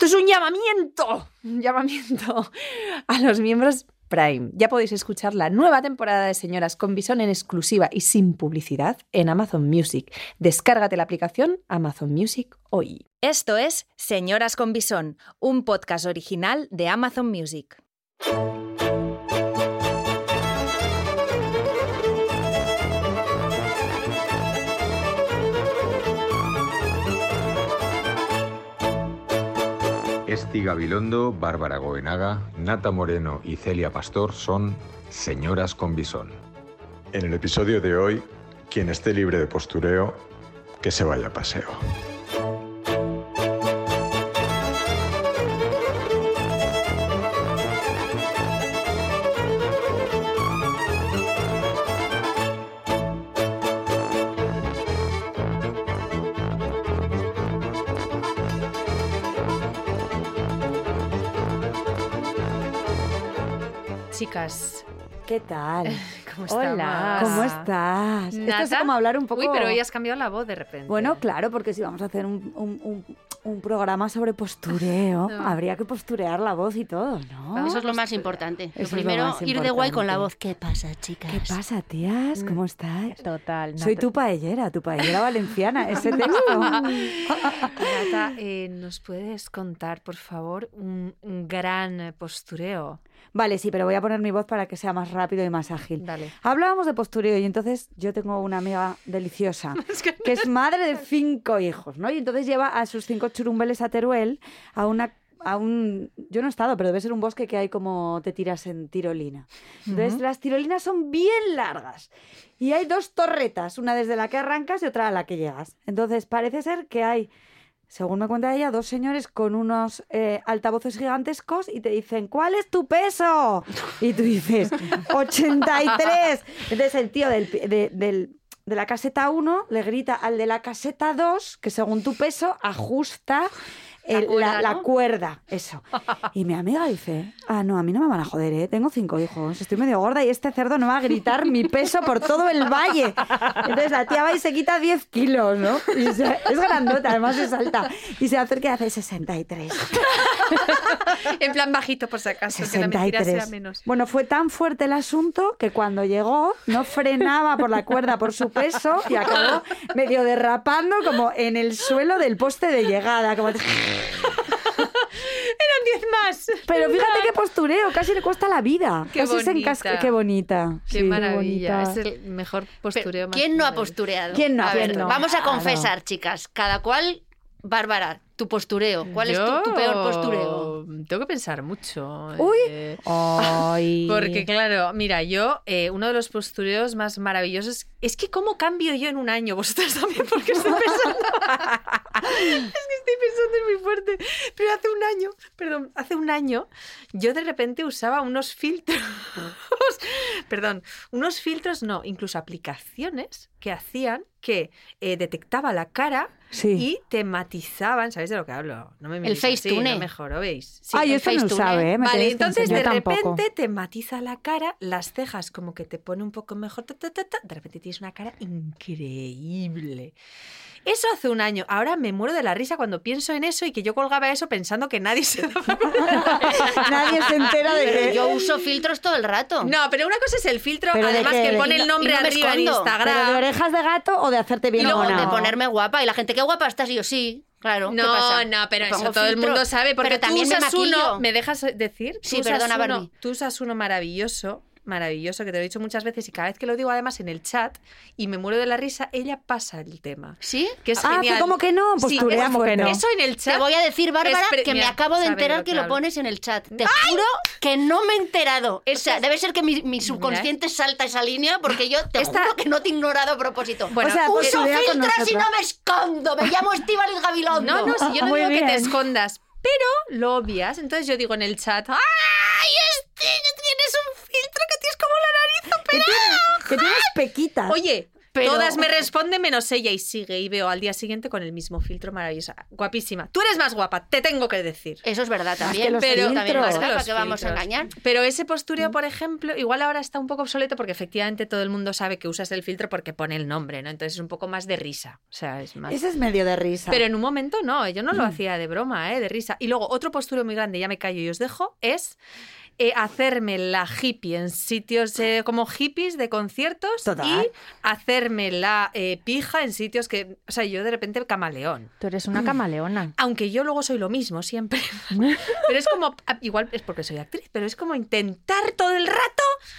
es un llamamiento, un llamamiento a los miembros Prime. Ya podéis escuchar la nueva temporada de Señoras con Bison en exclusiva y sin publicidad en Amazon Music. Descárgate la aplicación Amazon Music hoy. Esto es Señoras con Bisón, un podcast original de Amazon Music. Esti Gabilondo, Bárbara Goenaga, Nata Moreno y Celia Pastor son señoras con bisón. En el episodio de hoy, quien esté libre de postureo, que se vaya a paseo. Chicas, ¿Qué tal? ¿cómo estamos? Hola. ¿Cómo estás? Esto Nada. es como hablar un poco... Ah. Uy, pero hoy has cambiado la voz de repente. Bueno, claro, porque si vamos a hacer un, un- un- un programa sobre postureo, No. habría que posturear la voz y todo, ¿no? Vamos Eso es lo más postura. importante. Eso lo es lo primero, más ir de guay con la importante. voz. ¿Qué pasa, chicas? ¿Qué pasa, Mm. tías? ¿Cómo estás? Total. Soy tu paellera, tu paellera valenciana, ese texto. Nata, eh, ¿nos puedes contar, por favor, un un gran eh, postureo? vale, sí, pero voy a poner mi voz para que sea más rápido y más ágil. Dale. Hablábamos de postureo y entonces yo tengo una amiga deliciosa que es madre de cinco hijos, ¿no? Y entonces lleva a sus cinco churumbeles a Teruel a una a un yo no he estado, pero debe ser un bosque que hay como te tiras en tirolina. Entonces las tirolinas son bien largas y hay dos torretas, una desde la que arrancas y otra a la que llegas. Entonces parece ser que hay según me cuenta ella, dos señores con unos eh, altavoces gigantescos y te dicen, ¿cuál es tu peso? Y tú dices, 83. Entonces el tío del, pi- de, del- de la caseta 1 le grita al de la caseta 2 que según tu peso ajusta el- la, cuerda, la ¿no? cuerda, eso. Y mi amiga dice, ah, no, a mí no me van a joder, ¿eh? tengo cinco hijos, estoy medio gorda y este cerdo no va a gritar mi peso por todo el valle. Entonces la tía va y se quita 10 kilos, ¿no? Y se- es grandota, además es alta. Y se acerca y hace 63. En plan bajito, por si acaso, que la mentira sea 63. menos. Bueno, fue tan fuerte el asunto que cuando llegó no frenaba por la cuerda por su peso y acabó medio derrapando como en el suelo del poste de llegada. Como... Eran 10 más. Pero fíjate qué postureo, casi le cuesta la vida. Qué Casi se encasca- bonita. Qué bonita. Qué sí, qué maravilla. bonita. Es el mejor Pero, postureo más ¿Quién no ha maravilloso. postureado? ¿Quién no ha A ver, postureado? Vamos a Claro. confesar, chicas. Cada cual, Bárbara, tu postureo. ¿Cuál es tu, tu peor Yo postureo? Tengo que pensar mucho. Uy. eh, Ay. Porque claro, mira, yo, eh, uno de los postureos más maravillosos, es que cómo cambio yo en un año, vosotras también, porque estoy pensando, es que estoy pensando en muy fuerte, pero hace un año, perdón, hace un año yo de repente usaba unos filtros, perdón, unos filtros, no, incluso aplicaciones que hacían que eh, detectaba la cara Sí. y te matizaban, ¿sabéis de lo que hablo? No me miréis Facetune. así, no me jorobéis. Sí, Ay, el esto Ah, no lo Facetune. sabe, ¿eh? Me Vale, tenéis que entonces enseñar. de Yo tampoco. repente te matiza la cara, las cejas como que te pone un poco mejor, ta, ta, ta, ta, de repente tienes una cara increíble. Eso hace un año. Ahora me muero de la risa cuando pienso en eso y que yo colgaba eso pensando que nadie se daba cuenta. Nadie se entera de Pero que... yo uso filtros todo el rato. No, pero una cosa es el filtro, Pero de además qué, que de- pone y el no- nombre y no me arriba en escondo, Instagram. ¿Pero de orejas de gato o de hacerte Y bien luego abonado? de ponerme guapa. Y la gente, qué guapa estás. Y yo, sí, claro. ¿qué No, pasa? no, pero Me eso pongo todo el filtro, mundo sabe, porque pero tú también usas me maquillo. uno, ¿me dejas decir? Tú Sí, usas perdona, uno- Barbie. Tú usas uno maravilloso, maravilloso, que te lo he dicho muchas veces y cada vez que lo digo además en el chat y me muero de la risa, ella pasa el tema. ¿Sí? Que Pues es Ah, genial. que como que no, Sí, posturea es- fuerte. Eso en el chat. Te voy a decir, Bárbara, Espera, que me mira, acabo de sabe de enterar lo que que lo hablo. pones en el chat. Te juro que no me he enterado. O sea, Estas- debe ser que mi, mi subconsciente salta esa línea porque yo te Esta- juro que no te he ignorado a propósito. Bueno, o sea, Uso postureo con filtros y nosotras. no me escondo. Me llamo Estíbaliz Gabilondo. No, no, si yo no Muy digo que te bien. escondas, pero lo obvias. Entonces yo digo en el chat, ¡ay, este! Tienes un filtro que tienes como la nariz Que tienes pequitas. Oye, Pero- Todas me responden menos ella y sigue. Y veo al día siguiente con el mismo filtro maravillosa. Guapísima. Tú eres más guapa, te tengo que decir. Eso es verdad también. que los pero también filtros. más Más que ¿para los qué vamos a filtros. engañar? Pero ese postureo, por ejemplo, igual ahora está un poco obsoleto porque efectivamente todo el mundo sabe que usas el filtro porque pone el nombre, ¿no? Entonces es un poco más de risa. O sea, es más. Ese es medio de risa. Pero en un momento no, yo Mm. no lo hacía de broma, ¿eh? de risa. Y luego otro postureo muy grande, ya me callo y os dejo, es eh, hacerme la hippie en sitios eh, como hippies de conciertos Total. y hacerme la eh, pija en sitios que, o sea, yo de repente camaleón. Tú eres una camaleona. Aunque yo luego soy lo mismo siempre. Pero es como, ah, igual es porque soy actriz, pero es como intentar todo el rato,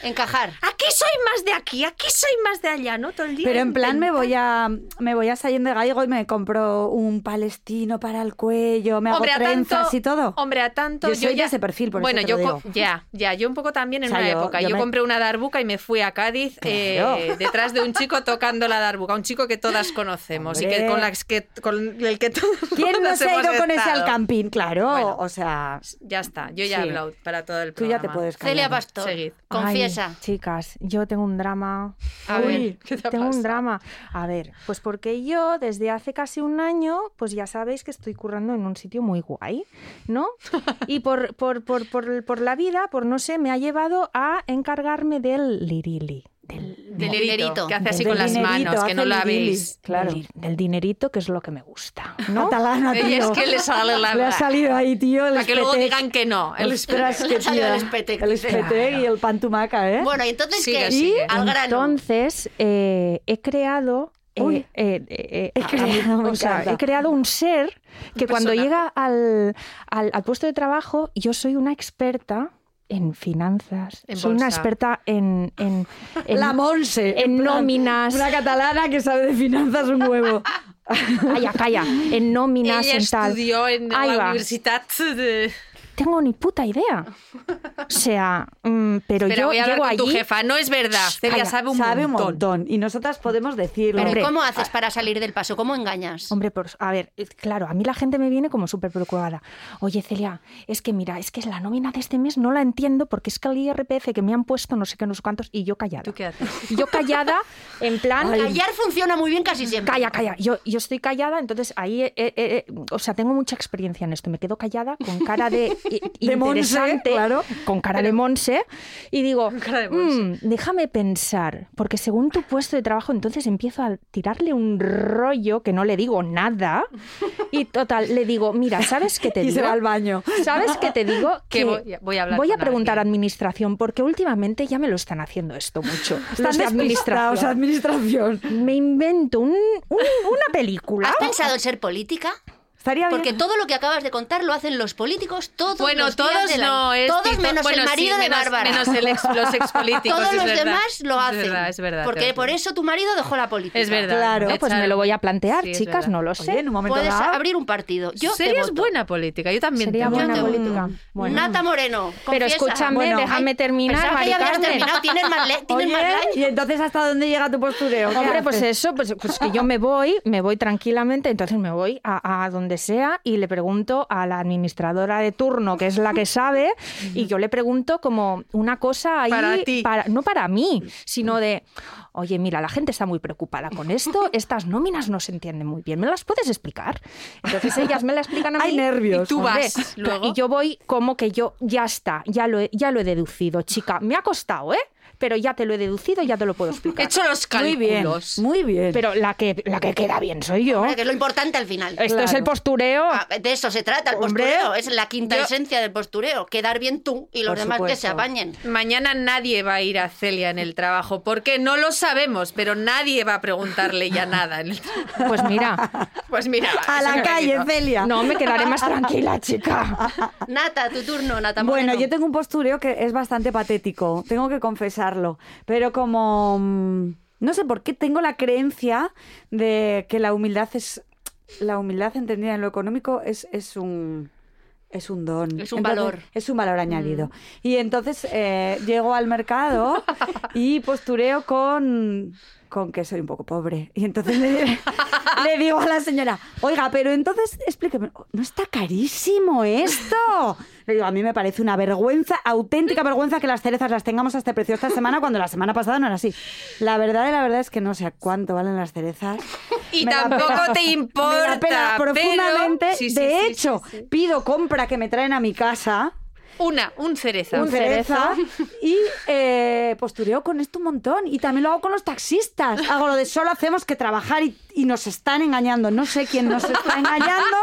Encajar. aquí soy más de aquí, aquí soy más de allá, ¿no? Todo el día. Pero en plan me intentar- voy a me voy a Sallén de Gallego y me compro un palestino para el cuello, me hago Hombre, a trenzas tanto- y todo. Hombre, a tanto. Yo soy de ese perfil, por eso bueno, te yo lo co- ya, ya, yo un poco también en O sea, una yo- época. yo Yo, me- compré una darbuca y me fui a Cádiz eh, Claro. detrás de un chico tocando la darbuca, un chico que todas conocemos y que Hombre. con, las que, con el que todos. ¿Quién no se ha hemos ido con ese estado? al camping? Claro, Bueno. o sea, Ya está, yo ya he Sí. hablado para todo el tú ya programa. te puedes callar. Celia Pastor. Seguid. Confiesa. Ay, chicas, yo tengo un drama. A ver. ¿Qué te ha tengo pasado? un drama. A ver, pues porque yo desde hace casi un año, pues ya sabéis que estoy currando en un sitio muy guay, ¿no? Y por, por, por, por, por la vida, por no sé, me ha llevado a encargarme del lirili. Del, Del Dinerito, dinerito. Que hace así Del con las dinerito, manos, que hace no la el guilis. veis. Claro. Ah, del- del dinerito, que es lo que me gusta, ¿no? Catalana, Y es tío. que le sale la Le ha salido ahí, tío, el Para que luego espetec. digan que no. El Ostras, espetec. que Le ha salido tía. el espetec, El dice. espetec y el pantumaca, ¿eh? Bueno, ¿y entonces Sigue, qué? sigue. Al grano. Entonces, eh, he creado. eh, Uy. eh, eh, eh, He a- a- creado, me o sea, encanta. he creado un ser que cuando personaje. llega al, al- al puesto de trabajo, yo soy una experta en finanzas, En soy una bolsa. experta en, en- en- la Monse. en plan, nóminas. Una catalana que sabe de finanzas un huevo. calla, calla, en nóminas, Ella en tal. estudió en Ahí la va. universidad de... Tengo ni puta idea. O sea, mm, pero, Pero yo voy a hablar llego con allí. tu jefa, no es verdad. Celia Calla, sabe un sabe montón. Y nosotras podemos decirlo. Pero Hombre. ¿cómo haces para salir del paso? ¿Cómo engañas? Hombre, por, a ver, eh, claro, a mí la gente me viene como súper preocupada. Oye, Celia, es que mira, es que es la nómina de este mes no la entiendo porque es que el IRPF que me han puesto no sé qué, no sé cuántos, y yo callada. ¿Tú qué haces? Yo callada, en plan... Callar funciona muy bien casi siempre. Calla, calla. Yo, yo estoy callada, entonces ahí, eh, eh, eh, o sea, tengo mucha experiencia en esto. Me quedo callada con cara de, i- De Monse, interesante, claro. con cara de Monse, y digo, cara de Monse. "Mm, déjame pensar, porque según tu puesto de trabajo, entonces empiezo a tirarle un rollo que no le digo nada, y total, le digo, mira, ¿sabes qué te y digo? se va al baño. ¿Sabes qué te digo? Que voy- voy a hablar con preguntar a alguien. administración, porque últimamente ya me lo están haciendo esto mucho. los Están de despistados, administración. administración. Me invento un- un- una película. ¿Has pensado en ser política? Estaría bien. Porque todo lo que acabas de contar lo hacen los políticos todos Bueno, los días todos del año. no. Es todos Tito- menos bueno, el sí, marido de menos- Bárbara. Menos el ex- los expolíticos. todos es los verdad. demás lo hacen. Es verdad, es verdad. Porque Teodoro. por eso tu marido dejó la política. Es verdad. Claro. De pues me lo voy a plantear, Sí, es chicas, verdad. no lo sé. Oye, en un momento Puedes dado- abrir un partido. Yo te Serías voto. buena política. Yo también Sería te voto. buena Yo te voto. política. Bueno. Nata Moreno. Pero confiesa. escúchame, Bueno. déjame Ay, terminar, pensaba que Mari ya habías Carmen. terminado. Tienes más, le- tienes Oye, Oh. más leña. y entonces hasta dónde llega tu postureo. ¿Qué Hombre, haces? pues eso, pues, pues que yo me voy, me voy tranquilamente, entonces me voy a, a donde sea y le pregunto a la administradora de turno, que es la que sabe, y yo le pregunto como una cosa ahí, Para ti. para- no para mí, sino de, oye, mira, la gente está muy preocupada con esto, estas nóminas no se entienden muy bien, ¿me las puedes explicar? Entonces ellas me las explican a mí. Hay nervios. Y tú Hombre, vas luego. Y yo voy como que yo, ya está, ya lo he, ya lo he deducido, chica. Me ha costado, ¿eh? Pero ya te lo he deducido, ya te lo puedo He explicar. hecho los Muy bien. cálculos. Muy bien. Pero la que, la que queda bien soy yo. Hombre, Que es lo importante al final. Esto es claro. el postureo. Ah, De eso se trata el Eh. Hombre, postureo. Es la quinta yo- esencia del postureo. Quedar bien tú y los Por demás que se supuesto. apañen. Mañana nadie va a ir a Celia en el trabajo porque no lo sabemos, pero nadie va a preguntarle ya nada. en el trabajo. Pues mira, Pues mira, a ese la calle, cariño. Celia. no me quedaré más tranquila, chica. Nata, tu turno, Nata Moreno. Bueno, yo tengo un postureo que es bastante patético, tengo que confesarlo, pero como mm, no sé por qué tengo la creencia de que la humildad es la humildad entendida en lo económico es, es un es un don. Es un valor. Mm. Es un valor añadido. Y entonces eh, llego al mercado y postureo con con que soy un poco pobre. Y entonces me, le digo a la señora, oiga, pero entonces explíqueme, ¿no está carísimo esto? Le digo, a mí me parece una vergüenza, auténtica vergüenza que las cerezas las tengamos a este precio esta semana cuando la semana pasada no era así. La verdad de la verdad es que no sé a cuánto valen las cerezas. Y Me da tampoco pena- te importa. Me da pena pero- profundamente. Sí, sí, de sí, sí, hecho, sí. pido compra que me traen a mi casa Una, un cereza. un cereza y eh, postureo con esto un montón. Y también lo hago con los taxistas. Hago lo de solo hacemos que trabajar y, y nos están engañando. No sé quién nos está engañando.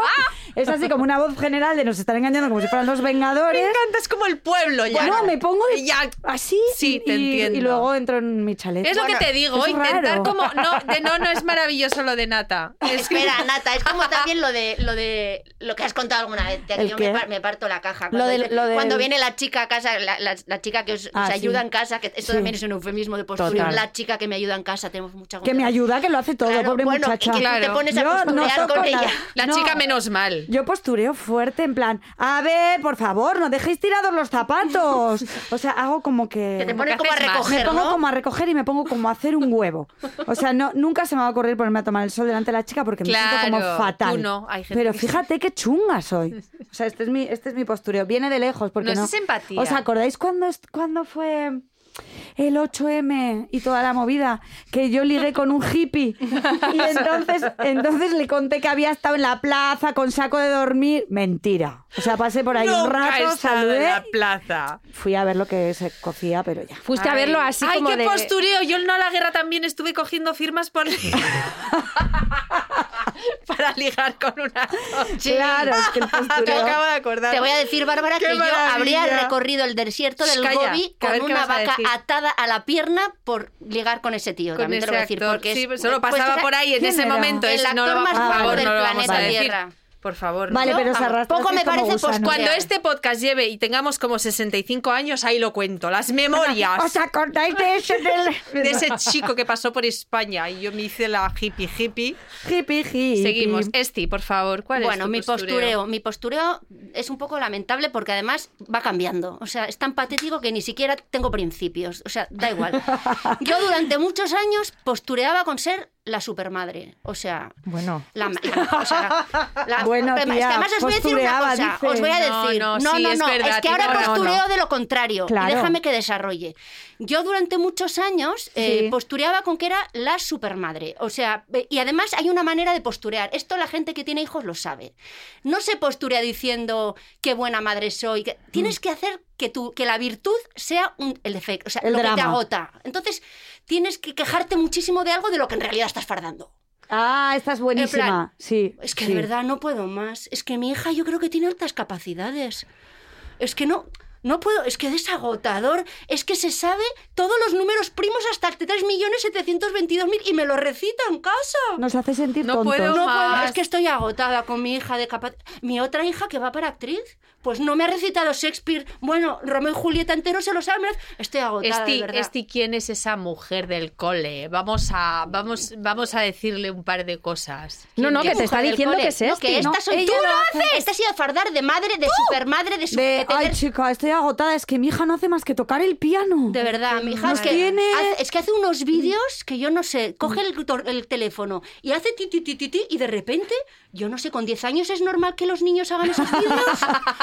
Es así como una voz general de nos están engañando como si fueran los vengadores. Me encanta, es como el pueblo ya. Bueno, me pongo de- Ya. así Sí, y, te entiendo. y luego entro en mi chalet. Es lo que te digo, intentar como. No, de no, no es maravilloso lo de nata. Es que- Espera, Nata, es como también lo de lo de lo que has contado alguna vez, de que ¿El yo qué? me, par- me parto la caja. Lo Cuando, del- dice- lo del- cuando viene la chica a casa, la, la- la chica que os, os Ah, sí. ayuda en casa, que esto Sí. también es un eufemismo de postura, Total. la chica que me ayuda en casa, tenemos mucha Que me ayuda, que lo hace todo, Claro, pobre bueno, muchacha. Y que tú te Claro. pones a Yo no posturear toco con nada. ella. La No. chica menos mal. Yo postureo fuerte, en plan, a ver, por favor, no dejéis tirados los zapatos. O sea, hago como que... Que te pone pones como a haces más. me recoger, pongo ¿no? como a recoger y me pongo como a hacer un huevo. O sea, no, nunca se me va a ocurrir ponerme a tomar el sol delante de la chica porque me siento Claro, como fatal. tú no, hay gente Pero que sí. fíjate qué chunga soy. O sea, este es mi, este es mi postureo. Viene de lejos porque No, no. eso es empatía. ¿Os acordáis cuando, est- cuando fue el 8M y toda la movida? Que yo ligué con un hippie. Y entonces, entonces le conté que había estado en la plaza con saco de dormir. Mentira. O sea, pasé por ahí un Nunca he estado rato, en saludé. la plaza. Fui a ver lo que se cocía, pero ya. Fuiste a verlo así Ay, como qué de... postureo. Yo en No a la Guerra también estuve cogiendo firmas por... para ligar con una... Sí. Claro, es que el Me postureo. acabo de acordar. Te voy a decir, Bárbara, Qué que yo maravilla. habría recorrido el desierto del Sh, calla, Gobi que a ver con qué una vas a vaca decir. atada a la pierna por ligar con ese tío. con también ese te lo voy a decir, actor. porque es- Sí, pues solo pues pasaba esa- por ahí en ¿quién ese era? momento. El es- no actor lo- más por guapo favor, del no lo vamos planeta a decir. Tierra. Por favor. Vale, no. pero se Yo, arrastra poco así me como parece gusano. postura. Cuando Mira. este podcast lleve y tengamos como 65 años, ahí lo cuento. Las ¿Os memorias acordáis de ese del... de ese chico que pasó por España y yo me hice la hippie hippie. Hippie, hippie. Seguimos. Esti, por favor, ¿cuál bueno, es tu mi postureo? Mi postureo es un poco lamentable porque además va cambiando. O sea, es tan patético que ni siquiera tengo principios. O sea, da igual. Yo durante muchos años postureaba con ser la supermadre. O sea, Bueno, la, la- o sea, la- Bueno, es que tía, además os voy a decir una postureaba, cosa. dice. Os voy a No, decir. no, No, no, sí, no. es Es, verdad, que tía, ahora no, no, postureo de lo contrario. Claro. Y déjame que desarrolle. Yo durante muchos años eh, postureaba con que era la supermadre. O sea, eh, y además hay una manera de posturear. Esto la gente que tiene hijos lo sabe. No se posturea diciendo qué buena madre soy. que- Tienes Mm. que hacer que, tu, que la virtud sea un- el defecto, o sea, El lo que te drama. agota. Entonces, tienes que quejarte muchísimo de algo de lo que en realidad estás fardando. Ah, esta es buenísima. En plan, sí. Es que sí. de verdad no puedo más. Es que mi hija yo creo que tiene altas capacidades. Es que no, no puedo. Es que es agotador. Es que se sabe todos los números primos hasta 3.722.000 y me lo recita en casa. Nos hace sentir No tontos. puedo. No puedo, Más. es que estoy agotada con mi hija de capa... Mi otra hija que va para actriz, pues no me ha recitado Shakespeare. Bueno, Romeo y Julieta entero se lo sabe. Estoy agotada, de Esti, verdad. Esti, ¿quién es esa mujer del cole? Vamos a, vamos, vamos a decirle un par de cosas. no, no, ¿Qué que te está mujer del diciendo cole? que es No, este. que no, estas son- ella ¡Tú lo lo haces! Estás ido a fardar de madre, de supermadre, de, su- De, de tener- ay, chica, estoy agotada. Es que mi hija no hace más que tocar el piano. De verdad, mi hija Nos es que, tiene- hace, es que hace unos vídeos que yo no sé, coge el, tor- el teléfono y hace ti, ti, ti, ti, ti, y de repente, yo no sé, con 10 años es normal que los niños hagan esos vídeos.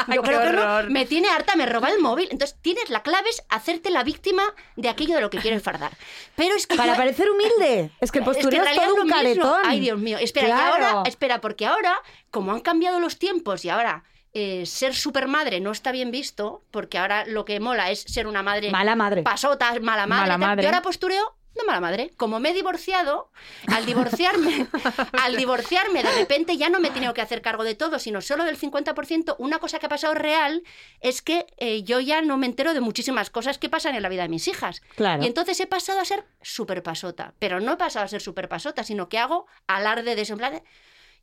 Yo Qué creo que horror. no, me tiene harta, me roba el móvil. Entonces, tienes la clave es hacerte la víctima de aquello de lo que quieres fardar. Pero es que Para yo- parecer humilde. Es que el es que en postureo es, realidad todo lo un mismo. caretón. Ay, Dios mío. Espera, que Claro. ahora, espera, porque ahora, como han cambiado los tiempos y ahora eh, ser supermadre no está bien visto, porque ahora lo que mola es ser una madre Mala madre. pasotas, mala madre. Mala tal. madre. Yo ahora postureo de mala madre. Como me he divorciado, al divorciarme, al divorciarme, de repente ya no me he tenido que hacer cargo de todo, sino solo del 50%. Una cosa que ha pasado real es que eh, yo ya no me entero de muchísimas cosas que pasan en la vida de mis hijas. Claro. Y entonces he pasado a ser superpasota. Pero no he pasado a ser superpasota, sino que hago alarde de eso. en plan de,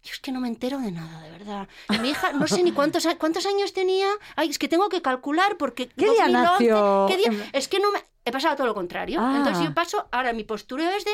yo es que no me entero de nada, de verdad. Y mi hija, no sé ni cuántos, a- cuántos años tenía. Ay, es que tengo que calcular porque... ¿Qué día 2011, nació? ¿qué día? Es que no me... He pasado todo lo contrario. Ah. Entonces yo paso... Ahora mi postureo es de...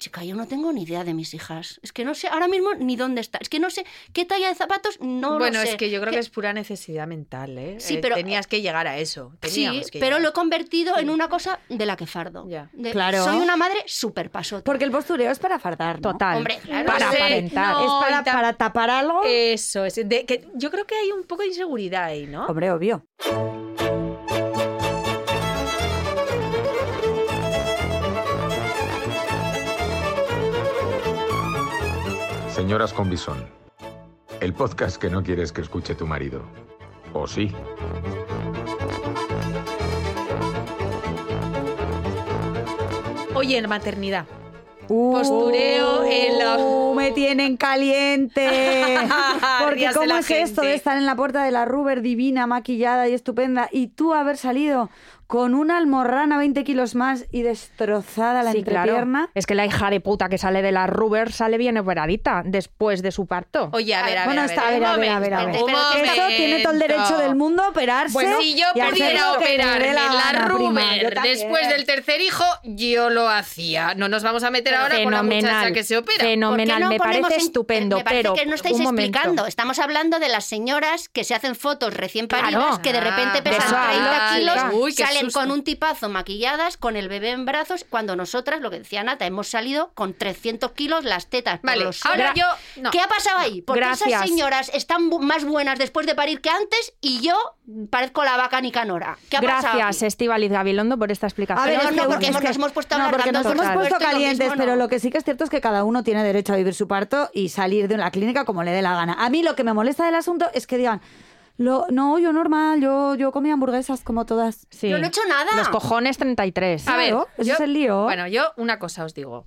Chica, yo no tengo ni idea de mis hijas. Es que no sé ahora mismo ni dónde está. Es que no sé qué talla de zapatos, no lo bueno, sé. es que yo creo que es pura necesidad mental, ¿eh? Sí, Eh, pero- Tenías que llegar a eso. Sí, teníamos que pero lo he llegar. convertido en una cosa de la que fardo. Ya. De- Claro. Soy una madre súper pasota. Porque el postureo es para fardar, ¿no? Total. Hombre, claro, para sí. aparentar. No, Es y para, tam- para tapar algo. Eso, es de, que yo creo que hay un poco de inseguridad ahí, ¿no? Hombre, obvio. Señoras con Bisón. El podcast que no quieres que escuche tu marido. ¿O sí? Oye, en maternidad. Uh, Postureo en la- uh, me tienen caliente. Porque Ríase cómo la es esto de gente. estar en la puerta de la Ruber divina, maquillada y estupenda, y tú haber salido con una almorrana 20 kilos más y destrozada la Sí, claro. entrepierna? Es que la hija de puta que sale de la Ruber sale bien operadita después de su parto. Oye, a ver, a ver. Ah, bueno, a ver, está, a ver, un a ver, a ver, a momento, ver. un Pero que Eso momento. tiene todo el derecho del mundo a operarse. Bueno, si Pues yo y hacer pudiera lo que le dé operarme la la gana, prima. Yo Ruber también. después del tercer hijo, yo lo hacía. No nos vamos a meter ahora con la muchacha que se opera. ¿Por qué Fenomenal, no me ponemos parece en- estupendo, me parece pero que no estáis un momento. explicando. Estamos hablando de las señoras que se hacen fotos recién paridas, Claro. que de repente Ah, pesan eso 30 hablo, kilos, chica. Uy, qué salen susto. con un tipazo maquilladas, con el bebé en brazos, cuando nosotras, lo que decía Nata, hemos salido con 300 kilos las tetas. por Vale, los- ahora Gra- yo- no. ¿Qué ha pasado ahí? Porque Gracias. esas señoras están bu- más buenas después de parir que antes y yo parezco la vaca Nicanora. ¿Qué ha pasado? Gracias, aquí? Estibaliz Gabilondo, por esta A explicación. ver, No, es no, que- porque es nos que- hemos puesto a no, hablar porque nos tanto hemos sobre puesto esto, lo calientes, mismo no. pero lo que sí que es cierto es que cada uno tiene derecho a vivir su parto y salir de una clínica como le dé la gana. A mí lo que me molesta del asunto es que digan, lo, no, yo normal, yo, yo comí hamburguesas como todas. Sí. Yo no he hecho nada. Los cojones Pues 33. A ver, Claro, ese yo- es el lío. Bueno, yo una cosa os digo.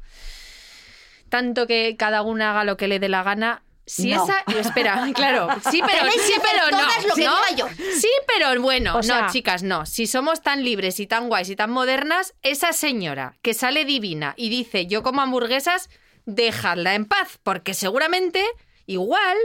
Tanto que cada uno haga lo que le dé la gana. Si No. esa. Espera, claro. Sí, pero, Tenéis sí, que hacer pero no. todas lo que ¿no? diga yo. Sí, pero bueno. O no, sea- chicas, no. Si somos tan libres y tan guays y tan modernas, esa señora que sale divina y dice yo como hamburguesas, dejadla en paz. Porque seguramente, igual,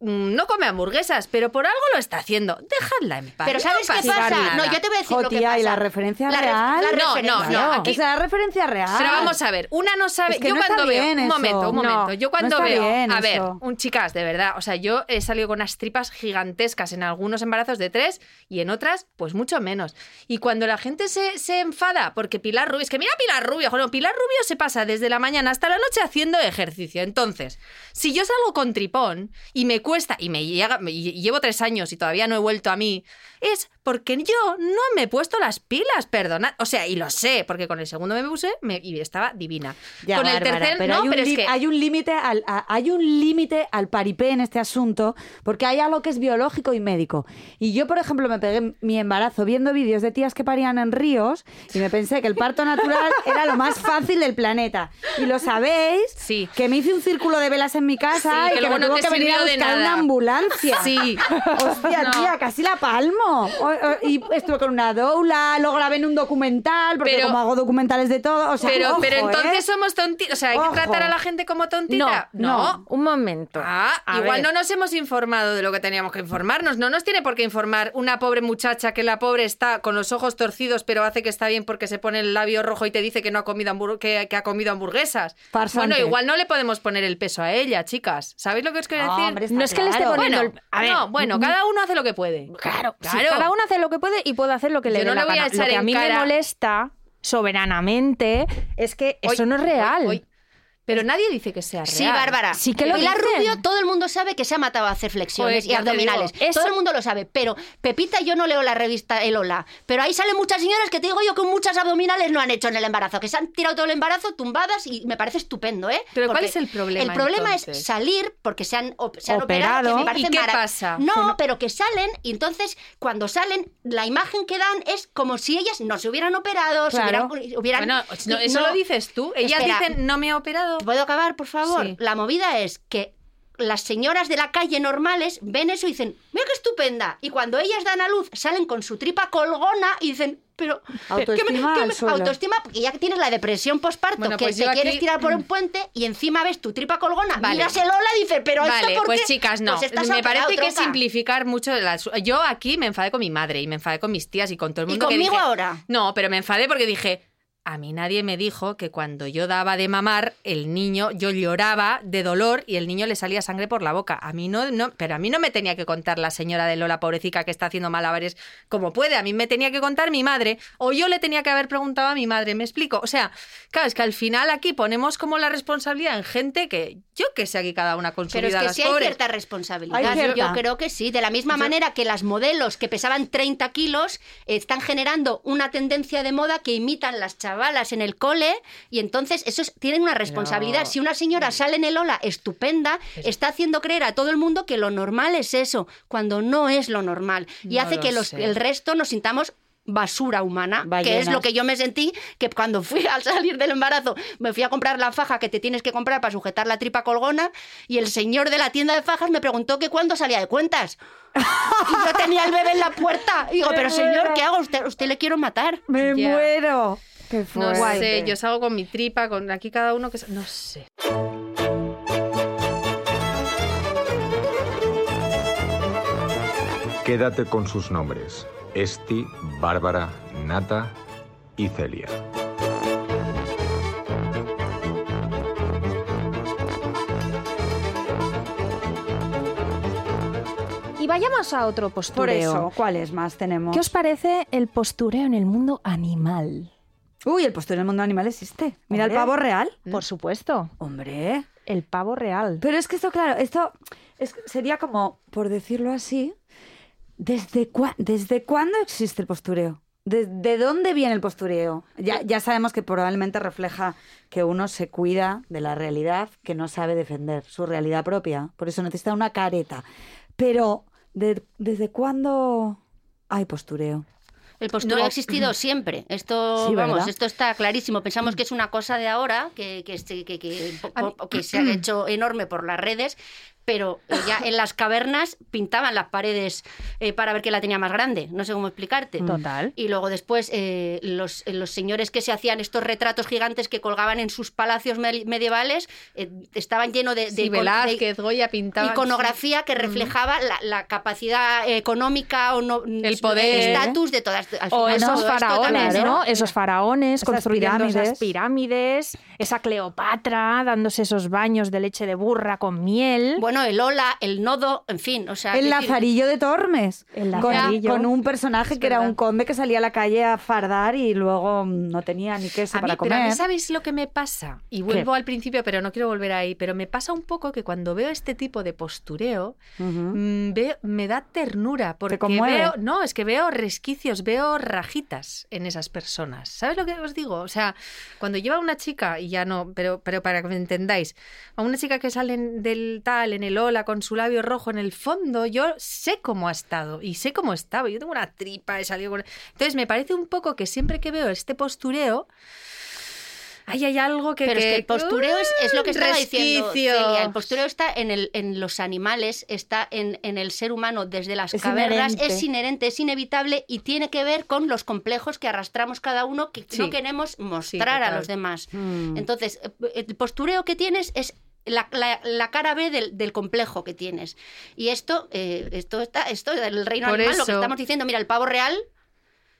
mm, no come hamburguesas, pero por algo lo está haciendo. Dejadla en paz. Pero No ¿sabes qué pasa? nada. No, yo te voy a decir lo que Jotia, pasa. Oh, ¿y la referencia La ref- real? No, la no, referencia. no, aquí- Esa es la referencia real. Pero vamos a ver, una no sabe. Es que yo no está cuando veo. bien un eso. momento, un No, momento. yo no cuando está veo. bien a ver, eso. un chicas, de verdad. O sea, yo he salido con unas tripas gigantescas en algunos embarazos de tres y en otras, pues mucho menos. Y cuando la gente se, se enfada, porque Pilar Rubio. Es que mira a Pilar Rubio. Bueno, Pilar Rubio se pasa desde la mañana hasta la noche haciendo ejercicio. Entonces, si yo salgo con tripón y me cuesta. Y me llega- y llevo tres años y todavía no he vuelto a mí. Es porque yo no me he puesto las pilas, perdonad. O sea, y lo sé, porque con el segundo me puse me- y estaba divina. Ya, con el Bárbara, tercer, pero no, hay un pero es lí- que. hay un límite al a- hay un límite al paripé en este asunto porque hay algo que es biológico y médico y yo por ejemplo me pegué mi embarazo viendo vídeos de tías que parían en ríos y me pensé que el parto natural era lo más fácil del planeta y lo sabéis Sí. que me hice un círculo de velas en mi casa Sí, y que que, luego me no tuvo te que venir a sirvió de buscar una nada. ambulancia Sí. Hostia, No. tía, casi la palmo. O- o- y estuve con una doula, luego grabé en un documental, porque Pero- como hago documentales de todo, o sea, pero, ojo, pero entonces ¿eh? somos tontitos. O sea, hay Ojo. que tratar a la gente como tontita. no, un momento. Ah, A igual ver. no nos hemos informado de lo que teníamos que informarnos. No nos tiene por qué informar una pobre muchacha que la pobre está con los ojos torcidos, pero hace que está bien porque se pone el labio rojo y te dice que no ha comido hambur- que, que ha comido hamburguesas. Farsante. Bueno, igual no le podemos poner el peso a ella, chicas. ¿Sabéis lo que os quiero No, decir? hombre, está No es que le esté claro. poniendo Bueno, el- a ver, Mm-hmm. no, bueno, cada uno hace lo que puede. Claro, Sí, cada uno hace lo que puede y puede hacer lo que le Yo dé no la le voy a gana. echar lo que a en mí cara- me molesta soberanamente es que Hoy, eso no es real. hoy, hoy. Pero nadie dice que sea real. Sí, Bárbara. Sí que lo Pilar dicen. Rubio, todo el mundo sabe que se ha matado a hacer Joder, flexiones y ya te abdominales. digo. Eso- Todo el mundo lo sabe. Pero Pepita, yo no leo la revista El Hola. Pero ahí salen muchas señoras que te digo yo que muchas abdominales no han hecho en el embarazo, que se han tirado todo el embarazo tumbadas y me parece estupendo, ¿eh? Pero ¿cuál Porque es el problema, El problema entonces? es salir porque se han, op- se han operado. Operado. que me ¿Y parece qué marav- pasa? No, pero que salen y entonces cuando salen, la imagen que dan es como si ellas no se hubieran operado, se Claro. hubieran. hubieran- Bueno, no, eso no. lo dices tú. Ellas Espera. dicen, no me he operado. ¿Puedo acabar, por favor? Sí. La movida es que las señoras de la calle normales ven eso y dicen, mira qué estupenda. Y cuando ellas dan a luz, salen con su tripa colgona y dicen, pero... ¿qué Autoestima al suelo. Autoestima, porque ya que tienes la depresión postparto, Bueno, que pues te yo aquí- quieres tirar por un puente y encima ves tu tripa colgona, Vale. miras el ola y dices, pero vale, esto por pues qué?". chicas, no. Pues estás me operado, parece que es tronca. simplificar mucho. el asu- Yo aquí me enfadé con mi madre y me enfadé con mis tías y con todo el Y mundo. que conmigo dije- ahora. No, pero me enfadé porque dije. A mí nadie me dijo que cuando yo daba de mamar, el niño, yo lloraba de dolor y el niño le salía sangre por la boca. A mí no, no, pero a mí no me tenía que contar la señora de Lola, pobrecita, que está haciendo malabares como puede. A mí me tenía que contar mi madre o yo le tenía que haber preguntado a mi madre. ¿Me explico? O sea, claro, es que al final aquí ponemos como la responsabilidad en gente que yo que sé aquí cada una con su Pero es vida, que las sí hay pobres. cierta responsabilidad. Hay Yo- cierta. Yo creo que sí. De la misma manera que las modelos que pesaban 30 kilos están generando una tendencia de moda que imitan las chavalas en el cole y entonces esos tienen una responsabilidad. Pero- Si una señora sale en el ola estupenda, está haciendo creer a todo el mundo que lo normal es eso, cuando no es lo normal. Y No hace lo que los- sé. el resto nos sintamos basura humana, que es Ballenas. lo que yo me sentí que cuando fui al salir del embarazo me fui a comprar la faja que te tienes que comprar para sujetar la tripa colgona y el señor de la tienda de fajas me preguntó que cuándo salía de cuentas. Y yo tenía el bebé en la puerta. Y digo, pero señor, ¿qué hago? Usted, usted le quiero matar. ¡Me Ya. muero! ¡Qué No fuerte! sé, yo salgo con mi tripa, con aquí cada uno que... sa- No sé. Quédate con sus nombres. Esti, Bárbara, Nata y Celia. Y vayamos a otro postureo. Por eso, ¿cuáles más tenemos? ¿Qué os parece el postureo en el mundo animal? Uy, el postureo en el mundo animal existe. este. Mira el Hombre. pavo real. Por supuesto, Hombre. el pavo real. Pero es que esto, claro, esto es- sería como, por decirlo así, ¿desde, cua- ¿desde cuándo existe el postureo? ¿De, de dónde viene el postureo? Ya, ya sabemos que probablemente refleja que uno se cuida de la realidad que no sabe defender, su realidad propia. Por eso necesita una careta. Pero, ¿de- ¿desde cuándo hay postureo? El postureo No. ha existido siempre. Esto, Sí, ¿verdad? vamos, esto está clarísimo. Pensamos que es una cosa de ahora, que, que, se- que- que- po- A mí- po- que se ha hecho enorme por las redes, pero eh, ya en las cavernas pintaban las paredes eh, para ver quién la tenía más grande. No sé cómo explicarte. Mm. Total. Y luego después eh, los, eh, los señores que se hacían estos retratos gigantes que colgaban en sus palacios me- medievales eh, estaban llenos de, de, Sí, icon- de- Velázquez, Goya pintaba... iconografía Mm. que reflejaba la, la capacidad económica o no, mm, El poder. estatus de todas al O final esos todo esto faraones, también, ¿no? Esos faraones Esas construyendo esas pirámides. pirámides, esa Cleopatra dándose esos baños de leche de burra con miel. Bueno, el ola, el nodo, en fin, o sea, Ah, El quiero decir, Lazarillo de Tormes. El Con- Lazarillo. Con, un personaje que era un conde que salía a la calle a fardar y luego mm, no tenía ni queso A mí, para pero a mí, comer. ¿sabéis lo que me pasa? Y vuelvo al principio, pero no quiero volver ahí. Pero me pasa un poco que cuando veo este tipo de postureo, Ujú. mm, veo- me da ternura. Porque conmueve. veo. No, es que veo resquicios, veo rajitas en esas personas. ¿Sabes lo que os digo? O sea, cuando lleva una chica, y ya no, pero, pero para que me entendáis, a una chica que sale en- del tal, en el ola, con su labio rojo en el fondo, yo sé cómo ha estado y sé cómo estaba. Yo tengo una tripa, he salido con. Entonces me parece un poco que siempre que veo este postureo. Ay, hay algo que. ¡Uh! Pero es que el postureo es, es lo que estaba diciendo Resquicios. Celia. El postureo está en, el, en los animales, está en, en el ser humano desde las Es cavernas, inherente. es inherente, es inevitable y tiene que ver con los complejos que arrastramos cada uno que Sí. no queremos mostrar a total. los demás. Mm. Entonces, eh, el postureo que tienes es la, la- la cara B del, del complejo que tienes. Y esto, eh, esto está, esto del reino Por animal, lo que eso. estamos diciendo, mira, el pavo real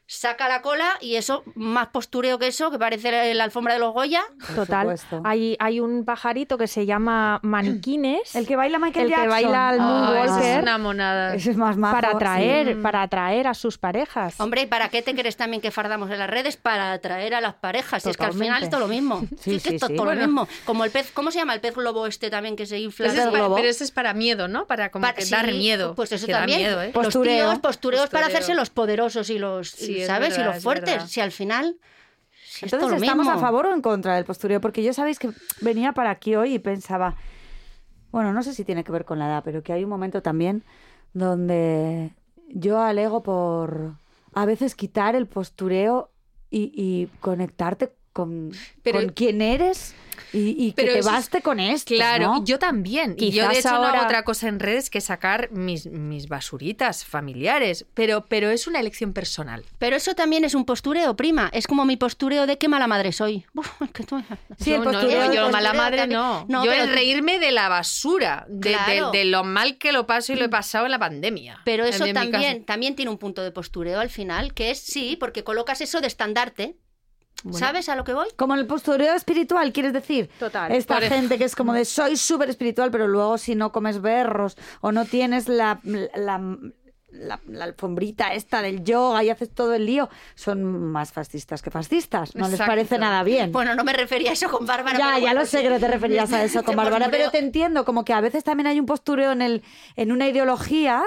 saca la cola y eso, más postureo que eso, que parece la alfombra de los Goya. Total. supuesto. Hay, hay un pajarito que se llama maniquines. El que baila Michael El que Jackson. baila al Ah, eso es Moonwalker. una monada. Ese es más majo, para sí. atraer, para atraer a sus parejas. Hombre, ¿y para qué te crees también que fardamos en las redes? Para atraer a las parejas. Si es que al Totalmente. final es todo lo mismo. Sí, Si es que sí, esto es sí. todo Bueno. lo mismo. Como el pez, ¿cómo se llama el pez globo este también que se infla? Ese Pues es así? para- pero ese es para miedo, ¿no? Para como Para- que sí, dar miedo. Pues eso que da también. miedo, ¿eh? Los Postureo. tíos, postureos para Postureo. hacerse los poderosos y los, y, Sí, es ¿sabes? verdad, y los es fuertes. verdad. Si al final. si es todo Entonces, lo ¿estamos mismo. a favor o en contra del postureo? Porque yo sabéis que venía para aquí hoy y pensaba, bueno, no sé si tiene que ver con la edad, pero que hay un momento también donde yo alego por a veces quitar el postureo y, y conectarte con, Pero- con quién eres y, y que pero te eso es- baste con esto. Claro, ¿no? y yo también. y yo de Quizás hecho no ahora- hago otra cosa en redes que sacar mis, mis basuritas familiares, pero, pero es una elección personal. Pero eso también es un postureo, prima. Es como mi postureo de qué mala madre soy. Uf, es que tú- Sí, el No, no, postureo yo, de yo postureo mala madre también. no. No, yo pero- el reírme de la basura, de, de- Claro. de lo mal que lo paso y lo he pasado en la pandemia. Pero eso En mi caso. también, también tiene un punto de postureo al final, que es sí, porque colocas eso de estandarte. Bueno. ¿Sabes a lo que voy? Como el postureo espiritual, quieres decir. Total. Esta Pare- gente que es como de soy súper espiritual, pero luego si no comes berros o no tienes la, la, la- la alfombrita esta del yoga y haces todo el lío, son más fascistas que fascistas. No les Exacto. parece nada bien. Bueno, no me refería a eso con Bárbara. ya, pero ya bueno, lo sé que no te referías a eso con Ese Bárbara, pero postureo. te entiendo, como que a veces también hay un postureo en, el, en una ideología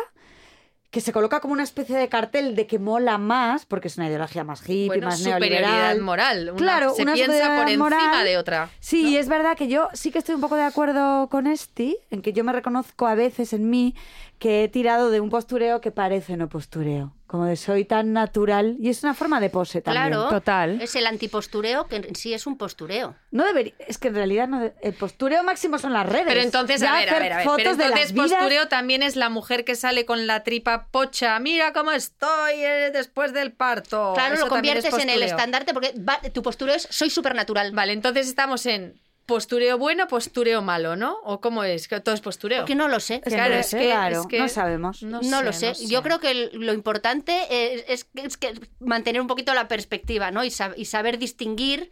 que se coloca como una especie de cartel de que mola más, porque es una ideología más hippie, Bueno, más superioridad neoliberal. moral. Una- Claro, se una piensa por superioridad encima moral. de otra. Sí, y es verdad que yo sí que estoy un poco de acuerdo con Esti, en que yo me reconozco a veces en mí que he tirado de un postureo que parece no postureo, como de soy tan natural y es una forma de pose también. Claro. Total. Es el antipostureo, que en sí es un postureo. No debería, es que en realidad no de- el postureo máximo son las redes. Pero entonces, Ya a ver, a hacer ver, a ver. fotos Pero de entonces, las vidas- postureo también es la mujer que sale con la tripa pocha. Mira cómo estoy eh, después del parto. claro, Oh, Eso lo también es conviertes en el postureo. estandarte porque va- tu postureo es soy supernatural. Vale, entonces estamos en postureo bueno, postureo malo, ¿no? ¿O cómo es? Que todo es postureo. Que no lo sé. Es Claro, que- es que- claro, es que- Mm. no sabemos. No, No lo sé. Yo creo que el- lo importante es, es que- es que mantener un poquito la perspectiva, ¿no? Y, sab- y saber distinguir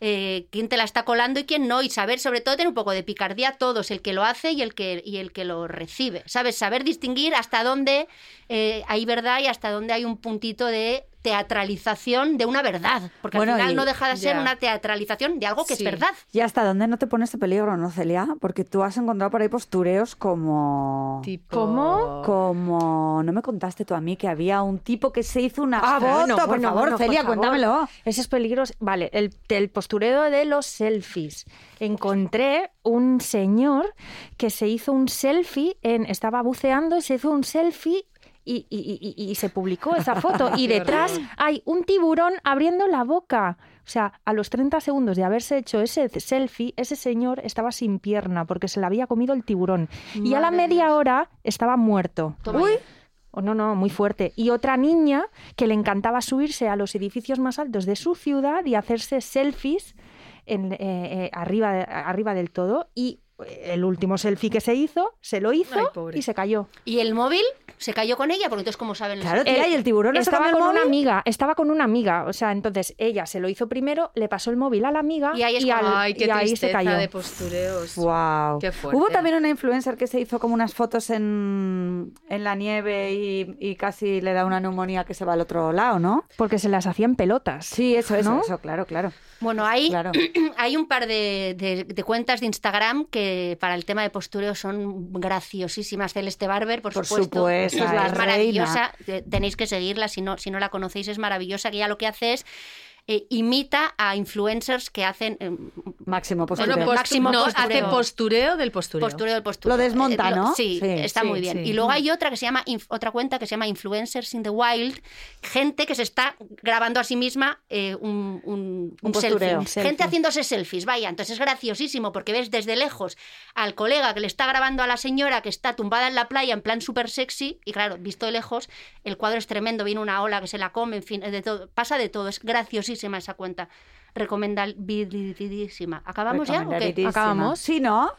eh, quién te la está colando y quién no. Y saber, sobre todo, tener un poco de picardía a todos, el que lo hace y el que, y el que lo recibe. ¿Sabes? Saber distinguir hasta dónde eh, hay verdad y hasta dónde hay un puntito de teatralización de una verdad. Porque Bueno, al final y- no deja de ser ya. una teatralización de algo que Sí. es verdad. ¿Y hasta dónde no te pones en peligro, no, Celia? Porque tú has encontrado por ahí postureos como... Tipo... ¿Cómo? Como no me contaste tú a mí que había un tipo que se hizo una Ah, foto, bueno, por bueno, favor, bueno, por Celia, favor. cuéntamelo. Esos peligros. Vale, el, el postureo de los selfies. Encontré un señor que se hizo un selfie, en, estaba buceando y se hizo un selfie. Y, y- y- y- y se publicó esa foto. Y Qué detrás horror. hay un tiburón abriendo la boca. O sea, a los 30 segundos de haberse hecho ese selfie, ese señor estaba sin pierna porque se le había comido el tiburón. y a la media hora estaba muerto. Toma Uy. ya. O Oh, no, no, muy fuerte. Y otra niña que le encantaba subirse a los edificios más altos de su ciudad y hacerse selfies en, eh, eh, arriba, de- arriba del todo. Y eh, el último selfie que se hizo, se lo hizo Ay, pobre. y se cayó. Y el móvil se cayó con ella, porque entonces, ¿cómo saben? los- Claro, tía, Eh, y el tiburón no se estaba comió el con una móvil? amiga, estaba con una amiga. O sea, entonces ella se lo hizo primero, le pasó el móvil a la amiga Y ahí es al- cuando- Ay, qué y ahí tristeza se cayó. de postureos. Wow. Qué fuerte. Hubo también una influencer que se hizo como unas fotos en, en la nieve y, y casi le da una neumonía que se va al otro lado, ¿no? Porque se las hacían pelotas. Sí, eso, eso, ¿No? eso, claro, claro. Bueno, ahí Claro. hay un par de, de- de cuentas de Instagram que para el tema de postureo son graciosísimas. Celeste Barber, por, Por supuesto, supuesto, es, es la maravillosa. Te- Tenéis que seguirla si no, si no la conocéis, es maravillosa. Que ella lo que hace es eh, imita a influencers que hacen eh, Máximo Bueno, postureo. postu- Máximo no, postureo. hace postureo del postureo. postureo del postureo. Lo desmonta, Eh, ¿no? Sí, Sí, está sí, muy bien. sí. Y luego hay otra que se llama inf- otra cuenta que se llama Influencers in the Wild, gente que se está grabando a sí misma eh, un, un- Un un postureo. selfie. Un selfie. Gente haciéndose selfies, vaya. Entonces es graciosísimo porque ves desde lejos al colega que le está grabando a la señora que está tumbada en la playa en plan súper sexy y claro, visto de lejos, el cuadro es tremendo, viene una ola que se la come, en fin, eh, de todo, pasa de todo, es graciosísima esa cuenta. Recomendadísima. ¿Acabamos ya? o qué? Recomendadísima. ¿Acabamos? Sí, ¿no?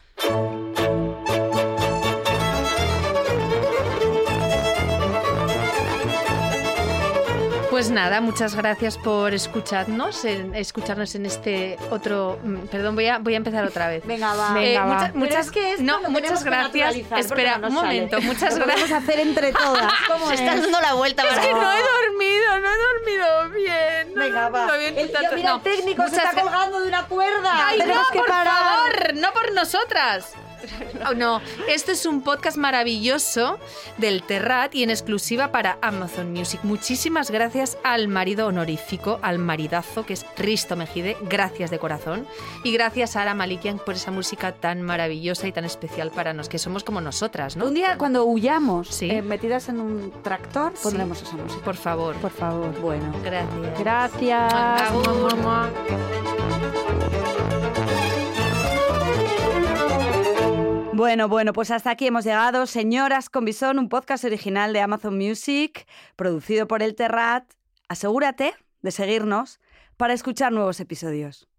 Pues nada, muchas gracias por escucharnos, en, escucharnos en este otro. mm, Perdón, voy a, voy a empezar otra vez. Venga, va. Eh, Venga, va. mucha- Pero muchas es que esto no, lo tenemos muchas que gracias. naturalizar porque Espera, no nos un momento. sale. Muchas Lo podemos gracias. hacer entre todas. ¿Cómo Se está es? dando la vuelta. para- Que no he dormido, no he dormido bien. no he Venga, va. dormido bien. El, tío, Tanto- mira, no. el técnico se Muchas está gra- colgando de una cuerda. ¡Ay, no, Tenemos que por parar. favor! ¡No por nosotras! Oh, no, esto es un podcast maravilloso del Terrat y en exclusiva para Amazon Music. Muchísimas gracias al marido honorífico, al maridazo que es Risto Mejide. Gracias de corazón. Y gracias a Ara Malikian por esa música tan maravillosa y tan especial para nos, que somos como nosotras, ¿no? Un día cuando huyamos, Sí. eh, metidas en un tractor, Sí. pondremos esa música. Por favor. Ah. Por favor. Bueno. Gracias. Gracias. Agur. Mua, mua, mua. Bueno, bueno, pues hasta aquí hemos llegado. Señoras con Bisón, un podcast original de Amazon Music, producido por El Terrat. Asegúrate de seguirnos para escuchar nuevos episodios.